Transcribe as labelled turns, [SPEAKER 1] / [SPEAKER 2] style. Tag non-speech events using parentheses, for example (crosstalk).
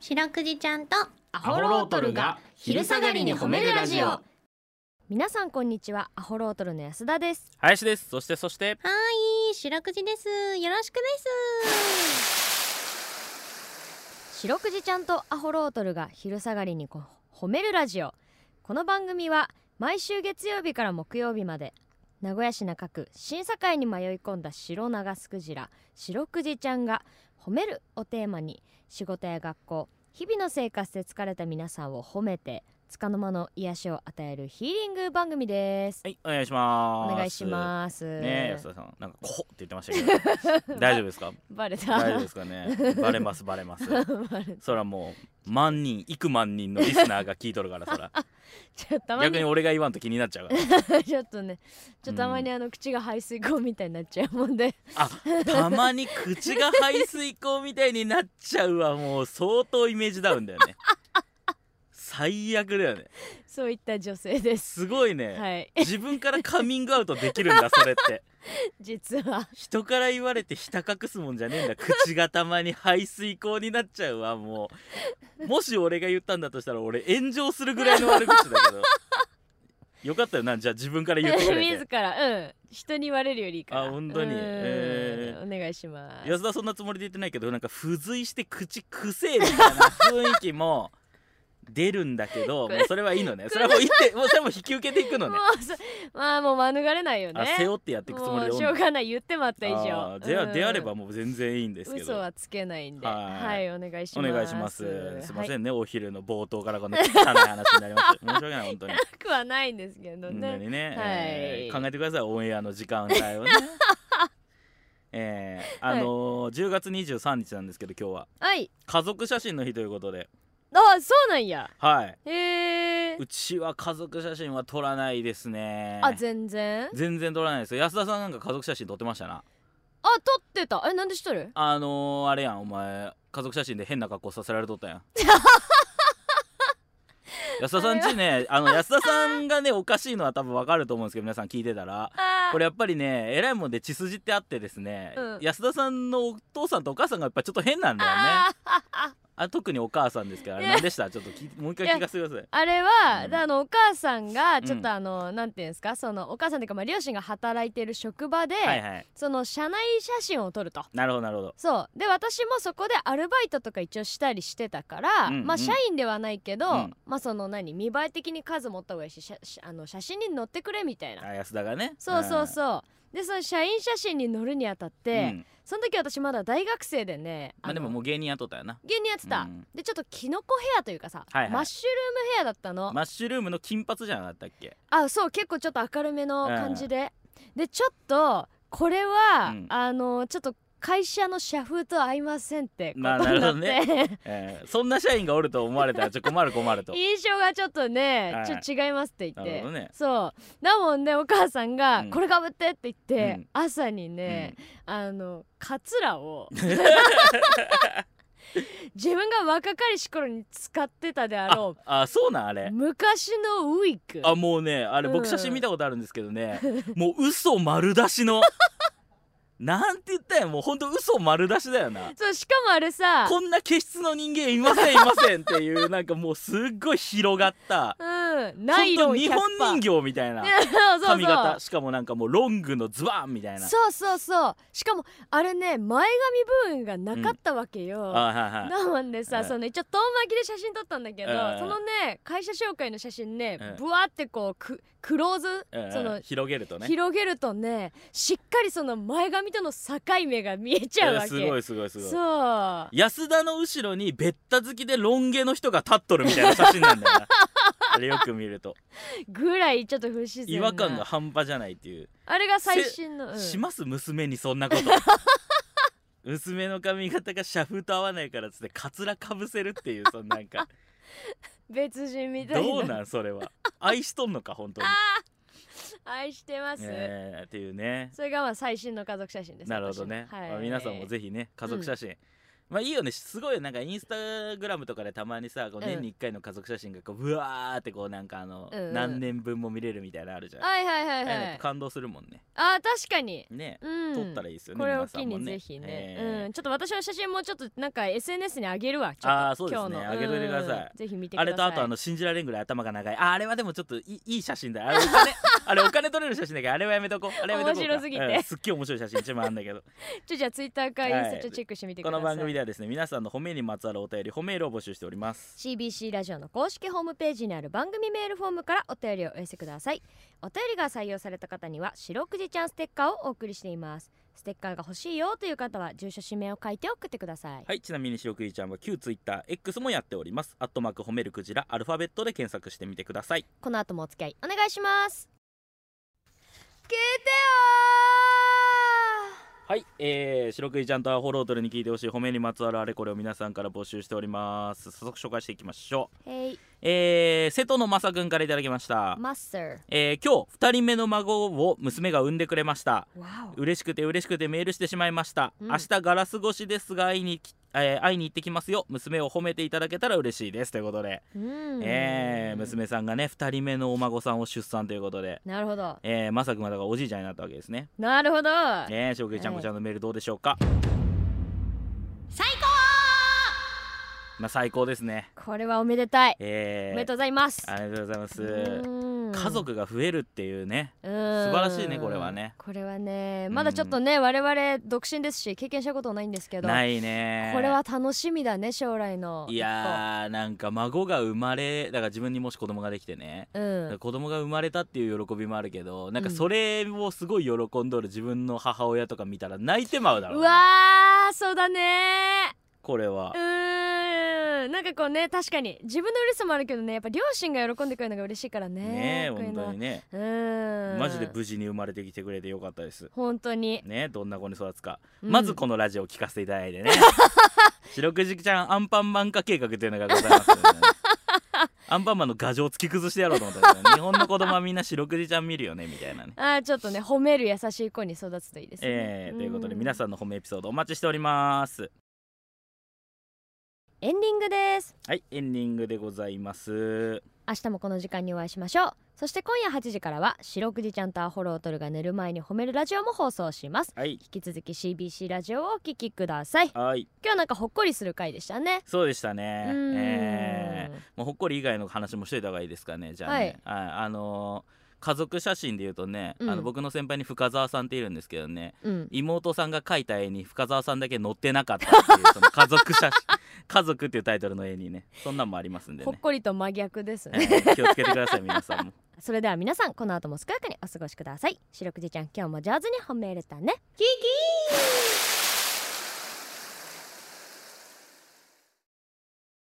[SPEAKER 1] 白くじちゃんと
[SPEAKER 2] ア
[SPEAKER 3] ホロートルが昼下がりに褒めるラジオ
[SPEAKER 4] 皆さんこんにちはアホロートルの安田です
[SPEAKER 2] 林ですそしてそして
[SPEAKER 1] はーい白くじですよろしくです
[SPEAKER 4] 白くじちゃんとアホロートルが昼下がりにこ褒めるラジオこの番組は毎週月曜日から木曜日まで名古屋市中区審査会に迷い込んだ白長スクジラ白くじちゃんが褒めるをテーマに仕事や学校日々の生活で疲れた皆さんを褒めて束の間の癒しを与えるヒーリング番組です
[SPEAKER 2] はいお願いします
[SPEAKER 4] お願いします
[SPEAKER 2] ねえ安田さんなんかこって言ってましたけど大丈夫ですか
[SPEAKER 4] バレた
[SPEAKER 2] 大丈夫ですかねバレますバレます
[SPEAKER 4] バレ
[SPEAKER 2] そらもう万人幾万人のリスナーが聞いとるからそら
[SPEAKER 4] ちょっとたまに
[SPEAKER 2] 逆に俺が言わんと気になっちゃうから
[SPEAKER 4] (laughs) ちょっとねちょっとたまにあの口が排水口みたいになっちゃうもんで (laughs)
[SPEAKER 2] あたまに口が排水口みたいになっちゃうわもう相当イメージダウンだよね最悪だよね
[SPEAKER 4] そういった女性です
[SPEAKER 2] すごいね、
[SPEAKER 4] はい
[SPEAKER 2] 自分からカミングアウトできるんだそれって
[SPEAKER 4] 実は
[SPEAKER 2] 人から言われてひた隠すもんじゃねえんだ口がたまに排水口になっちゃうわもうもし俺が言ったんだとしたら俺炎上するぐらいの悪口だけどよかったよなじゃあ自分から言ってくれ
[SPEAKER 4] (laughs) 自
[SPEAKER 2] て
[SPEAKER 4] らうん人に言われるよりいいから
[SPEAKER 2] あ本当に
[SPEAKER 4] うん
[SPEAKER 2] え
[SPEAKER 4] お願いします
[SPEAKER 2] 安田そんなつもりで言ってないけどなんか付随して口くせえみたいな雰囲気も出るんだ
[SPEAKER 4] (laughs)
[SPEAKER 2] けどもうそれはいいのねそれはもう言ってもうそれはもう引き受けていくの
[SPEAKER 4] も
[SPEAKER 2] ね
[SPEAKER 4] うそまあもう免れないよ
[SPEAKER 2] あ
[SPEAKER 4] ね
[SPEAKER 2] 背負ってやっていくつもりで
[SPEAKER 4] もうん
[SPEAKER 2] お
[SPEAKER 4] し
[SPEAKER 2] の
[SPEAKER 4] ょうがない言ってまった以
[SPEAKER 2] あ
[SPEAKER 4] 上
[SPEAKER 2] ーでは
[SPEAKER 4] うん
[SPEAKER 2] であればもう全然いいんですけ
[SPEAKER 4] 嘘
[SPEAKER 2] ど
[SPEAKER 4] はつけないんで
[SPEAKER 2] は
[SPEAKER 4] はいいお願いし
[SPEAKER 2] お
[SPEAKER 4] ます
[SPEAKER 2] 願いします。すいま
[SPEAKER 4] は
[SPEAKER 2] せんね、お昼の冒頭からこの汚い話にな
[SPEAKER 4] (laughs)
[SPEAKER 2] ります。申し訳ない、本当に。
[SPEAKER 4] なくはないんですけど
[SPEAKER 2] 本当
[SPEAKER 4] ね
[SPEAKER 2] にね、
[SPEAKER 4] はい
[SPEAKER 2] えー考えてください、オンエアの時間帯
[SPEAKER 4] (laughs)
[SPEAKER 2] をね。えーあのー10月23日なんですけど、今日は
[SPEAKER 4] はい
[SPEAKER 2] 家族写真の日ということで、
[SPEAKER 4] あそうなんや
[SPEAKER 2] はい。
[SPEAKER 4] へえ
[SPEAKER 2] うちは家族写真は撮らないですね。
[SPEAKER 4] あ全然
[SPEAKER 2] 全然撮らないですよ。安田さんなんか家族写真撮ってましたな。
[SPEAKER 4] あ撮ってたえなんで知っとる
[SPEAKER 2] あのー、あれやん、お前、家族写真で変な格好させられと
[SPEAKER 4] (laughs)
[SPEAKER 2] ったやん。安田さんちね、あの安田さんがね、おかしいのは多分わかると思うんですけど、皆さん聞いてたら。
[SPEAKER 4] あー
[SPEAKER 2] これやっぱりね、えらいもんで血筋ってあってですね、
[SPEAKER 4] うん
[SPEAKER 2] 安田さんのお父さんとお母さんがやっぱちょっと変なんだよね。
[SPEAKER 4] あー
[SPEAKER 2] あ特にお母さんですけど、あれ
[SPEAKER 4] いや
[SPEAKER 2] 何でしたちょっと聞い
[SPEAKER 4] (laughs)
[SPEAKER 2] もう一回聞かせてください。
[SPEAKER 4] あれは、
[SPEAKER 2] うん
[SPEAKER 4] であのお母さんがちょっ
[SPEAKER 2] う
[SPEAKER 4] とあの、なんていうんですかそのお母さんというか、まあ、両親が働いている職場で、
[SPEAKER 2] はいはい。
[SPEAKER 4] その社内写真を撮ると。
[SPEAKER 2] なるほど、なるほど。
[SPEAKER 4] そうで私もそこでアルバイトとか一応したりしてたから、
[SPEAKER 2] うんうん
[SPEAKER 4] まあ社員ではないけど、
[SPEAKER 2] うん
[SPEAKER 4] まあその何見栄え的に数持った方がいいし写あの写真に載ってくれみたいな
[SPEAKER 2] あ安田がね。
[SPEAKER 4] そうそうそうでその社員写真に載るにあたっ
[SPEAKER 2] うん。
[SPEAKER 4] て、
[SPEAKER 2] うん
[SPEAKER 4] その時私まだ大学生でね
[SPEAKER 2] まあでもも
[SPEAKER 4] う
[SPEAKER 2] う芸人やっとったよな。
[SPEAKER 4] 芸人やってた、
[SPEAKER 2] うん
[SPEAKER 4] でちょっとキノコヘアというかさ、
[SPEAKER 2] はいはい
[SPEAKER 4] マッシュルームヘアだったの
[SPEAKER 2] マッシュルームの金髪じゃなかったっけ
[SPEAKER 4] あそう結構ちょっと明るめの
[SPEAKER 2] うん
[SPEAKER 4] 感じで、でちょっとこれは、
[SPEAKER 2] うん
[SPEAKER 4] あのちょっと会社の社風と合いませんってことに
[SPEAKER 2] まあ
[SPEAKER 4] なって、
[SPEAKER 2] なるほどねえーそんな社員がおると思われた
[SPEAKER 4] (laughs)
[SPEAKER 2] らちょっと困る困ると
[SPEAKER 4] 印象がちょっとね、
[SPEAKER 2] はい
[SPEAKER 4] ちょっと違いますって言っ
[SPEAKER 2] なる
[SPEAKER 4] て
[SPEAKER 2] ほどね
[SPEAKER 4] そうだもんねお母さんが、
[SPEAKER 2] うん
[SPEAKER 4] これかぶってって言って、
[SPEAKER 2] うん
[SPEAKER 4] 朝にね、あのカツラ
[SPEAKER 2] (laughs)
[SPEAKER 4] を自分が若かりし頃に使ってたであろ
[SPEAKER 2] あそうなんあ
[SPEAKER 4] う
[SPEAKER 2] れ
[SPEAKER 4] 昔のウィッグ
[SPEAKER 2] あもうねあれ
[SPEAKER 4] う
[SPEAKER 2] 僕
[SPEAKER 4] ん
[SPEAKER 2] 写真見たことあるんですけどねもう嘘丸出
[SPEAKER 4] (laughs)
[SPEAKER 2] しのなんて言ったんやもうほんと嘘丸出しだよな
[SPEAKER 4] そうしかもあれさ
[SPEAKER 2] こんな気質の人間いませんいませんっていうなんかもうすっごい広がった
[SPEAKER 4] うん
[SPEAKER 2] ほ
[SPEAKER 4] ナイ
[SPEAKER 2] ん
[SPEAKER 4] ロ
[SPEAKER 2] と
[SPEAKER 4] ン100%
[SPEAKER 2] 日本人形みたいな
[SPEAKER 4] (laughs) そうそう
[SPEAKER 2] 髪
[SPEAKER 4] そ
[SPEAKER 2] 型
[SPEAKER 4] う
[SPEAKER 2] しかもなんかもうロングのズバーンみたいな
[SPEAKER 4] そうそうそうしかもあれね前髪部分がなかったわけよ、
[SPEAKER 2] あはいはい
[SPEAKER 4] なもんでさ、
[SPEAKER 2] うん
[SPEAKER 4] その一応遠巻きで写真撮ったんだけど、
[SPEAKER 2] うん
[SPEAKER 4] そのね会社紹介の写真ね、
[SPEAKER 2] うん
[SPEAKER 4] ぶわってこうククローズ、
[SPEAKER 2] うんうん
[SPEAKER 4] その
[SPEAKER 2] 広げるとね
[SPEAKER 4] 広げるとねしっかりその前髪との境目が見えちゃうわ
[SPEAKER 2] え
[SPEAKER 4] け、
[SPEAKER 2] ーすごいすごいすごい
[SPEAKER 4] そう
[SPEAKER 2] 安田の後ろにベッタ好きでロン毛の人が立っとるみたいな写真なんだ
[SPEAKER 4] (laughs)
[SPEAKER 2] よなあれよく見ると
[SPEAKER 4] ぐらいちょっと不自然な
[SPEAKER 2] 違和感が半端じゃないっていう、
[SPEAKER 4] あれが最新の、うん
[SPEAKER 2] します娘にそん
[SPEAKER 4] (laughs)
[SPEAKER 2] なこと娘の髪型がシャフと合わないからっつってカツラかぶせるっていうそのな
[SPEAKER 4] (laughs)
[SPEAKER 2] んか
[SPEAKER 4] 別人みたいな
[SPEAKER 2] どうなんそれは愛しとんのか本当に、
[SPEAKER 4] 愛してます、
[SPEAKER 2] えーっていうね
[SPEAKER 4] それがまあ最新の家族写真です
[SPEAKER 2] なるほどね、
[SPEAKER 4] 私のはい
[SPEAKER 2] まあ皆さんもぜひね家族写真、まあいいよねすごいよなんかインスタグラムとかでたまにさ
[SPEAKER 4] う
[SPEAKER 2] こう
[SPEAKER 4] ん
[SPEAKER 2] 年に1回の家族写真がこうぶわーってこうなんかあの、
[SPEAKER 4] うんうん
[SPEAKER 2] 何年分も見れるみたいなのあるじゃん、
[SPEAKER 4] はいはいはい
[SPEAKER 2] ああいうの
[SPEAKER 4] は
[SPEAKER 2] って
[SPEAKER 4] い
[SPEAKER 2] 感動するもんね
[SPEAKER 4] あー確かに
[SPEAKER 2] ね、
[SPEAKER 4] うん
[SPEAKER 2] 撮ったらいいですよね
[SPEAKER 4] これを
[SPEAKER 2] 皆さ
[SPEAKER 4] 機
[SPEAKER 2] んも
[SPEAKER 4] に
[SPEAKER 2] ね
[SPEAKER 4] ぜひね、
[SPEAKER 2] えー
[SPEAKER 4] うん、ちょっと私の写真もちょっとなんか SNS に上げるわちょっと
[SPEAKER 2] あーそうですね
[SPEAKER 4] 今日の
[SPEAKER 2] 上げといてください
[SPEAKER 4] うんぜひ見てくだ
[SPEAKER 2] あ
[SPEAKER 4] さい
[SPEAKER 2] れとあとあの信じられんぐらい頭が長いああれはでもちょっといいいい写真だよあれお金あれお金取れる写真だけどあれはやめとこうあれやめとこうか
[SPEAKER 4] 面白すぎて
[SPEAKER 2] うんすっげえ面白い写真一枚あ
[SPEAKER 4] (laughs)
[SPEAKER 2] んだけど
[SPEAKER 4] ちょじゃあツイッターかインスタちょっとチェックしてみてく
[SPEAKER 2] こ
[SPEAKER 4] ださい、
[SPEAKER 2] の番組ではですね皆さんの褒めにまつわるお便り褒めールを募集しております
[SPEAKER 4] CBC ラジオの公式ホームページにある番組メールフォームからお便りをお寄せくださいお便りが採用された方には白くじちゃんステッカーをお送りしていますステッカーが欲しいよという方は住所氏名を書いて送ってください、
[SPEAKER 2] はいちなみに白くじちゃんは旧 TwitterX もやっておりますアットマーク褒めるクジラアルファベットで検索してみてください
[SPEAKER 4] この後もお付き合いお願いします聞いて
[SPEAKER 2] はい、えー、白くじちゃんとアホロートルに聞いてほしい褒めにまつわるあれこれを皆さんから募集しております早速紹介していきましょう
[SPEAKER 4] よーへい
[SPEAKER 2] えー、瀬戸のまさくんからいただきました
[SPEAKER 4] マッサー
[SPEAKER 2] えー今日2人目の孫を娘が産んでくれました
[SPEAKER 4] わお
[SPEAKER 2] 嬉しくて嬉しくてメールしてしまいました、
[SPEAKER 4] うん
[SPEAKER 2] 明日ガラス越しですが会いにき、えー会いに行ってきますよ娘を褒めていただけたら嬉しいですということで、
[SPEAKER 4] うん
[SPEAKER 2] えー娘さんがね2人目のお孫さんを出産ということで、
[SPEAKER 4] なるほど
[SPEAKER 2] えー、まさくんはだからおじいちゃんになったわけですね
[SPEAKER 4] なるほど
[SPEAKER 2] ねえしょうけいちゃん
[SPEAKER 4] は
[SPEAKER 2] こ
[SPEAKER 4] い
[SPEAKER 2] ちゃんのメールどうでしょうか、
[SPEAKER 1] 最
[SPEAKER 2] まあ最高ですね
[SPEAKER 4] これはおめでたい
[SPEAKER 2] えー
[SPEAKER 4] おめでとうございます
[SPEAKER 2] ありがとうございます
[SPEAKER 4] 家
[SPEAKER 2] 家族が増えるっていうね
[SPEAKER 4] 素
[SPEAKER 2] 素
[SPEAKER 4] 晴
[SPEAKER 2] 晴らしいねこれはね
[SPEAKER 4] これはね
[SPEAKER 2] うん
[SPEAKER 4] まだちょっとね、我々独身ですし経験したことないんですけど
[SPEAKER 2] ないね
[SPEAKER 4] これは楽しみだね将来の
[SPEAKER 2] いやーなんか孫が生まれだから自分にもし子供ができてね、
[SPEAKER 4] 一歩うん
[SPEAKER 2] 子供が生まれたっていう喜びもあるけどなんか
[SPEAKER 4] うん
[SPEAKER 2] それをすごい喜んどる自分の母親とか見たら泣いてまうだろ
[SPEAKER 4] う
[SPEAKER 2] う
[SPEAKER 4] わーそうだね
[SPEAKER 2] これは
[SPEAKER 4] う、ーんなんかこうね確かに自分の嬉しさもあるけどねやっぱ両親が喜んでくれるのが嬉しいからね
[SPEAKER 2] ねえ
[SPEAKER 4] こういう
[SPEAKER 2] 本
[SPEAKER 4] の
[SPEAKER 2] 当にね、
[SPEAKER 4] うーん
[SPEAKER 2] マジで無事に生まれてきてくれてよかったです
[SPEAKER 4] 本当に、
[SPEAKER 2] ねえどんな子に育つか、
[SPEAKER 4] うん
[SPEAKER 2] まずこのラジオを聞かせていただ
[SPEAKER 4] (laughs)
[SPEAKER 2] いてね白くじきちゃんアンパンマン化計画っていうのがございます
[SPEAKER 4] (laughs)
[SPEAKER 2] よねアンパンマンの牙城を突き崩してやろうと思っ
[SPEAKER 4] (laughs)
[SPEAKER 2] たんですけど日本の子供はみんな白くじちゃん見るよねみたいなね
[SPEAKER 4] あーちょっとね褒める優しい子に育つといいですね、
[SPEAKER 2] えーということで
[SPEAKER 4] うん
[SPEAKER 2] 皆さんの褒めエピソードお待ちしております
[SPEAKER 4] エンディングです
[SPEAKER 2] はいエンディングでございます
[SPEAKER 4] 明日もこの時間にお会いしましょうそして今夜8時からは「白くじちゃんとアホロートルが寝る前に褒めるラジオ」も放送します
[SPEAKER 2] はい
[SPEAKER 4] 引き続き CBC ラジオをお聞きください
[SPEAKER 2] はい
[SPEAKER 4] 今日なんかほっこりする回でしたね
[SPEAKER 2] そうでした
[SPEAKER 4] う
[SPEAKER 2] ね
[SPEAKER 4] ーん
[SPEAKER 2] えーもうほっこり以外の話もしといた方がいいですかねじゃあね、はい、あのー家族写真で言うとね、
[SPEAKER 4] うん
[SPEAKER 2] あの僕の先輩に深澤さんっているんですけどね
[SPEAKER 4] うん
[SPEAKER 2] 妹さんが描いた絵に深澤さんだけ載ってなかったっていうその家族写真 (laughs) 家族っていうタイトルの絵にねそんなんもありますんで
[SPEAKER 4] ほっ
[SPEAKER 2] ね、
[SPEAKER 4] こりと真逆です
[SPEAKER 2] え
[SPEAKER 4] ね
[SPEAKER 2] ー気をつけてください皆さんも
[SPEAKER 4] それでは皆さんこの後も健やかにお過ごしください白くじちゃん今日も上手に褒めれたね
[SPEAKER 1] 高キーキー